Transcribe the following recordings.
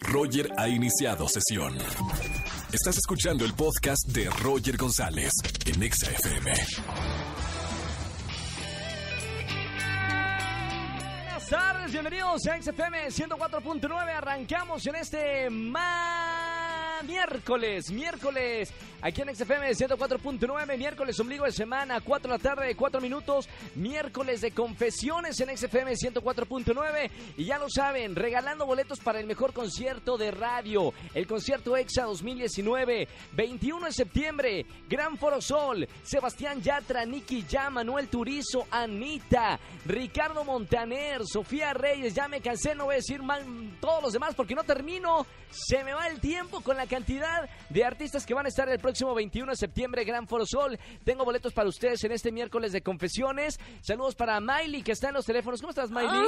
Roger ha iniciado sesión. Estás escuchando el podcast de Roger González en Exa FM. Buenas tardes, bienvenidos a XFM 104.9. Arrancamos en este ma- miércoles, miércoles, aquí en XFM 104.9, miércoles ombligo de semana, 4 de la tarde, 4 minutos, miércoles de confesiones en XFM 104.9. Y ya lo saben, regalando boletos para el mejor concierto de radio, el concierto EXA 2019, 21 de septiembre, Gran Foro Sol, Sebastián Yatra, Nicky Ya, Manuel Turizo, Anita, Ricardo Montaner, Sofía Reyes, ya me cansé, no voy a decir más todos los demás porque no termino, se me va el tiempo con la cantidad de artistas que van a estar el próximo 21 de septiembre, Gran Foro Sol. Tengo boletos para ustedes en este miércoles de confesiones. Saludos para Miley que está en los teléfonos. ¿Cómo estás, Miley?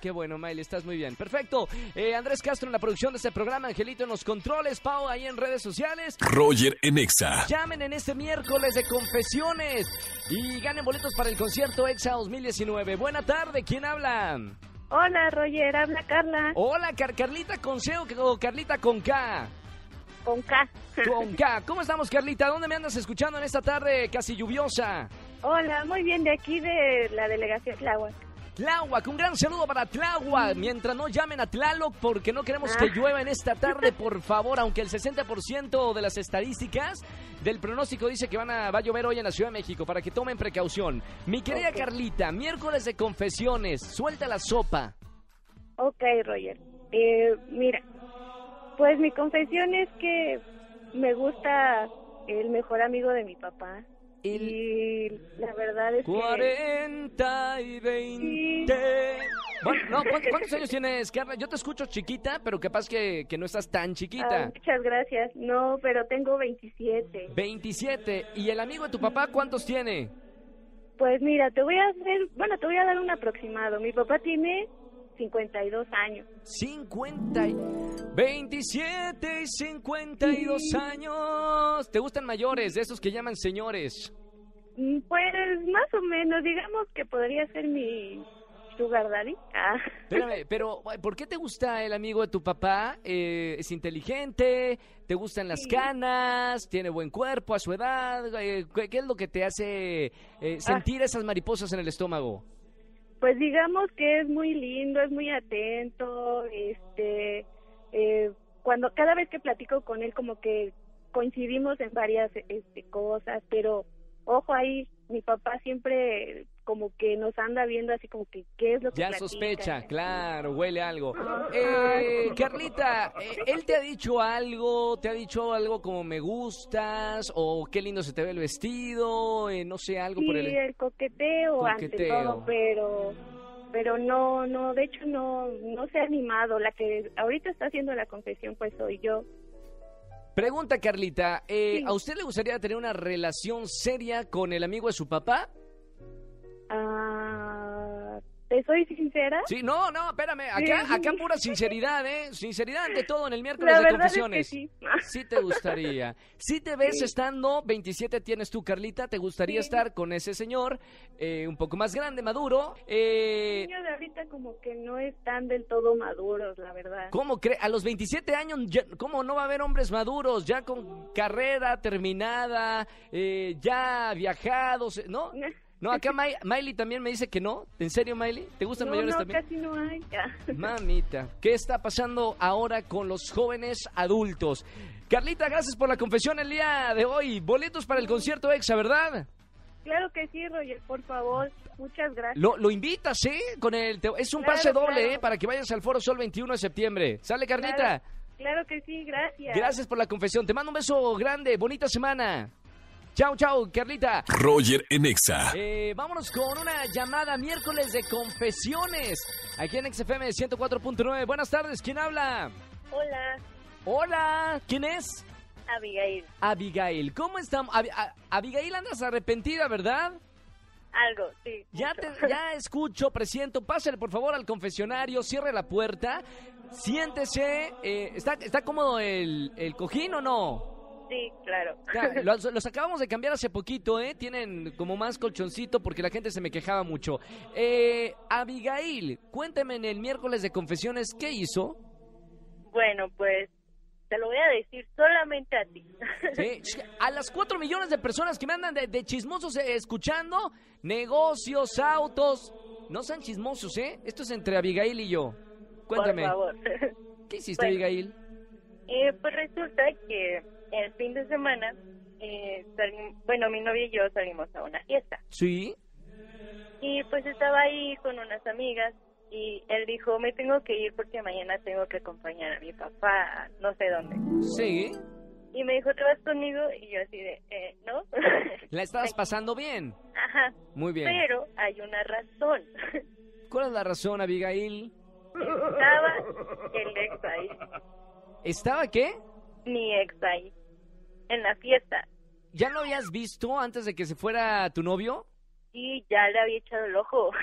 Qué bueno, Miley, estás muy bien. Perfecto. Eh, Andrés Castro en la producción de este programa, Angelito en los controles, Pau ahí en redes sociales. Roger en Exa. Llamen en este miércoles de confesiones y ganen boletos para el concierto EXA 2019. Buena tarde, ¿quién habla? Hola, Roger, habla Carla, Hola, Car- Carlita con C o- o Carlita con K. con K. Oh. Con K. ¿Cómo estamos, Carlita? ¿Dónde me andas escuchando en esta tarde casi lluviosa? Hola, muy bien, de aquí de la delegación Tláhuac. Tláhuac, un gran saludo para Tláhuac. Mientras no llamen a Tlaloc porque no queremos que Ah. llueva en esta tarde, por favor. Aunque el 60% de las estadísticas del pronóstico dice que van a, va a llover hoy en la Ciudad de México, para que tomen precaución. Mi querida Ok. Carlita, miércoles de confesiones, suelta la sopa. Ok, Roger. Eh, mira, pues mi confesión es que me gusta el mejor amigo de mi papá. El Y la verdad es que... 40 y 20. Bueno, no, ¿cuántos, cuántos años tienes, Carla? Yo te escucho chiquita, pero capaz que, que no estás tan Ah, chiquita. muchas gracias. No, pero tengo 27. 27. ¿Y el amigo de tu papá cuántos tiene? Pues mira, te voy a hacer... Bueno, te voy a dar un aproximado. Mi papá tiene 52 años. 50 y 27 y 52 años. ¿Te gustan mayores, de esos que llaman señores? Mm, Pues más o menos, digamos que podría ser mi sugar daddy. Ah. Espérame, pero ay, ¿por qué te gusta el amigo de tu papá? Eh, ¿Es inteligente? ¿Te gustan las Sí. canas? ¿Tiene buen cuerpo a su edad? Eh, ¿Qué qué es lo que te hace eh, sentir esas mariposas en el estómago? Pues digamos que es muy lindo, es muy atento, este, eh, cuando cada vez que platico con él como que coincidimos en varias este, cosas, pero ojo ahí, mi papá siempre como que nos anda viendo así como que qué es lo que Ya platica? sospecha, claro, huele algo. Eh, Carlita, eh, ¿él te ha dicho algo? ¿Te ha dicho algo como me gustas? ¿O qué lindo se te ve el vestido? eh, no sé, algo Sí, por el... el... coqueteo, ante Coqueteo. todo, pero pero no, no, de hecho no, no se ha animado. La que ahorita está haciendo la confesión pues soy yo. Pregunta, Carlita, eh, eh. Sí. ¿a usted le gustaría tener una relación seria con el amigo de su papá? Ah, ¿Te soy sincera? Sí, no, no, espérame, acá, Sí. acá pura sinceridad, ¿eh? Sinceridad ante todo en el miércoles La de verdad es que confesiones. sí. Sí te gustaría. Si te ves Sí. estando, 27 tienes tú, Carlita, te gustaría Sí. estar con ese señor, eh, un poco más grande, maduro. Eh, Los niños de ahorita como que no están del todo maduros, la verdad. ¿Cómo crees? A los 27 años, ya- ¿cómo no va a haber hombres maduros? Ya con carrera terminada, eh, ya viajados, eh, ¿no? No, acá May- Miley también me dice que no. ¿En serio, Miley? ¿Te gustan No, mayores no, también? casi no hay. Mamita, ¿qué está pasando ahora con los jóvenes adultos? Carlita, gracias por la confesión el día de hoy. Boletos para el concierto EXA, ¿verdad? Claro que sí, Roger, por favor. Muchas gracias. Lo, lo invitas, ¿eh? Con el te- es un Claro, pase doble, claro. ¿eh? Para que vayas al Foro Sol 21 de septiembre. ¿Sale, Carlita? Claro, claro que sí, gracias. Gracias por la confesión. Te mando un beso grande. Bonita semana. Chao, chao, Carlita. Roger en Exa. Eh, vámonos con una llamada miércoles de confesiones. Aquí en XFM 104.9. Buenas tardes. ¿Quién habla? Hola, Hola. ¿Quién es? Abigail. Abigail. ¿Cómo estamos? Abi- a- Abigail, andas arrepentida, ¿verdad? Algo, sí. Ya, te, ya escucho, presiento. Pásale, por favor, al confesionario. Cierre la puerta. Siéntese. Eh, ¿está, ¿Está cómodo el, el cojín o no? Sí, claro. Ya, Los, los acabamos de cambiar hace poquito, ¿eh? Tienen como más colchoncito porque la gente se me quejaba mucho. Eh, Abigail, cuéntame en el miércoles de confesiones, ¿qué hizo? Bueno, pues te lo voy a decir solamente a ti. Sí, a las 4 millones de personas que me andan de, de chismosos eh, escuchando, negocios, autos. No sean chismosos, ¿eh? Esto es entre Abigail y yo. Cuéntame, Por favor. ¿qué hiciste, Bueno. Abigail? Eh, pues resulta que el fin de semana, eh, sali- bueno, mi novio y yo salimos a una fiesta. Sí. Y pues estaba ahí con unas amigas y él dijo, me tengo que ir porque mañana tengo que acompañar a mi papá, a no sé dónde. Sí. Y me dijo, ¿te vas conmigo? Y yo así de, eh, ¿no? La estabas pasando bien. Ajá, Muy bien. pero hay una razón. ¿Cuál es la razón, Abigail? Estaba el ex ahí, ¿Estaba qué? mi ex ahí, en la fiesta. ¿Ya lo habías visto antes de que se fuera tu novio? Y ya le había echado el ojo.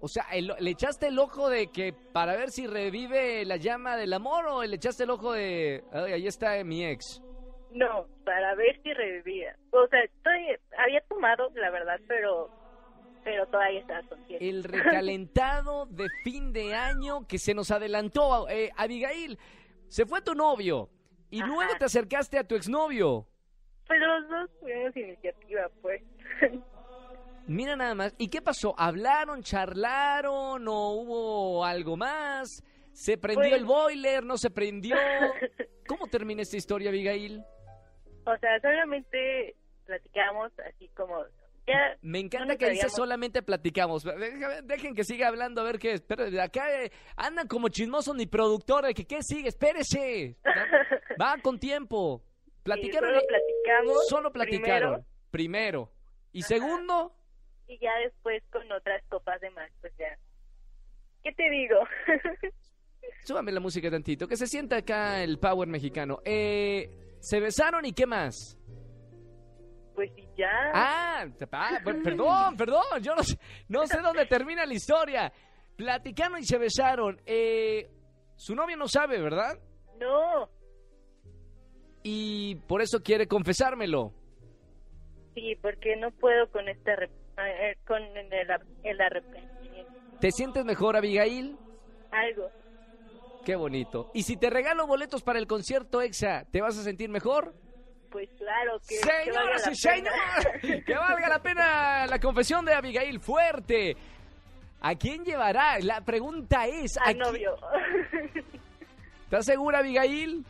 O sea, el- ¿le echaste el ojo de que para ver si revive la llama del amor o le echaste el ojo de, ay, ahí está mi ex? No, para ver si revivía. O sea, estoy, había tomado, la verdad, pero pero todavía estaba consciente. El recalentado de fin de año que se nos adelantó. Eh, Abigail, se fue tu novio y Ajá. luego te acercaste a tu exnovio. Pues los dos tuvimos iniciativa, pues. Mira nada más. ¿Y qué pasó? ¿Hablaron, charlaron o hubo algo más? ¿Se prendió Pues- el boiler? ¿No se prendió? ¿Cómo termina esta historia, Abigail? o sea, solamente platicamos así como... Ya, Me No encanta nos que dice sabíamos. solamente platicamos. Déjame- Dejen que siga hablando a ver qué es. Pero de acá eh, andan como chismosos ni productor. de que qué sigue, espérese. Va con tiempo. Platicaron. solo y- platicamos solo platicaron. primero. Primero. Y segundo, Y ya después con otras copas de más, pues ya. ¿Qué te digo? súbame la música tantito. Que se sienta acá el power mexicano. Eh, se besaron y qué más. pues y ya... Ah, te- ah, per- perdón, perdón, yo no sé, no sé dónde termina la historia. Platicaron y se besaron. Eh, su novio no sabe, ¿verdad? No, Y por eso quiere confesármelo. sí, porque no puedo con este... arrep- eh, con el, ar- el arrepentimiento. ¿Te sientes mejor, Abigail? Algo. Qué bonito. Y si te regalo boletos para el concierto EXA, ¿te vas a sentir mejor? Pues claro que... que valga Señoras la y pena. señores, que valga la pena la confesión de Abigail fuerte. ¿A quién llevará? La pregunta es, ¿a Al quién- novio. ¿Estás segura, Abigail?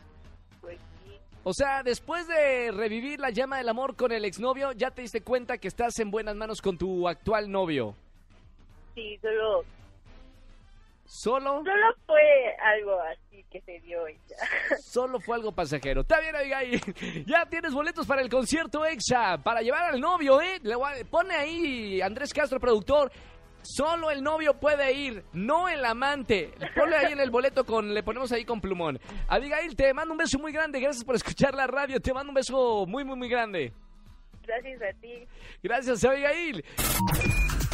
pues sí. O sea, después de revivir la llama del amor con el exnovio, ya te diste cuenta que estás en buenas manos con tu actual novio. Sí, solo, Solo, solo fue algo así que se dio y ya. solo fue algo pasajero. Está bien, Abigail. Ya tienes boletos para el concierto EXA, para llevar al novio, ¿eh? Le voy a- pone ahí Andrés Castro, productor. Solo el novio puede ir, no el amante. Ponle ahí en el boleto con, le ponemos ahí con plumón. Abigail, te mando un beso muy grande. Gracias por escuchar la radio. Te mando un beso muy, muy, muy grande. Gracias a ti. Gracias, Abigail.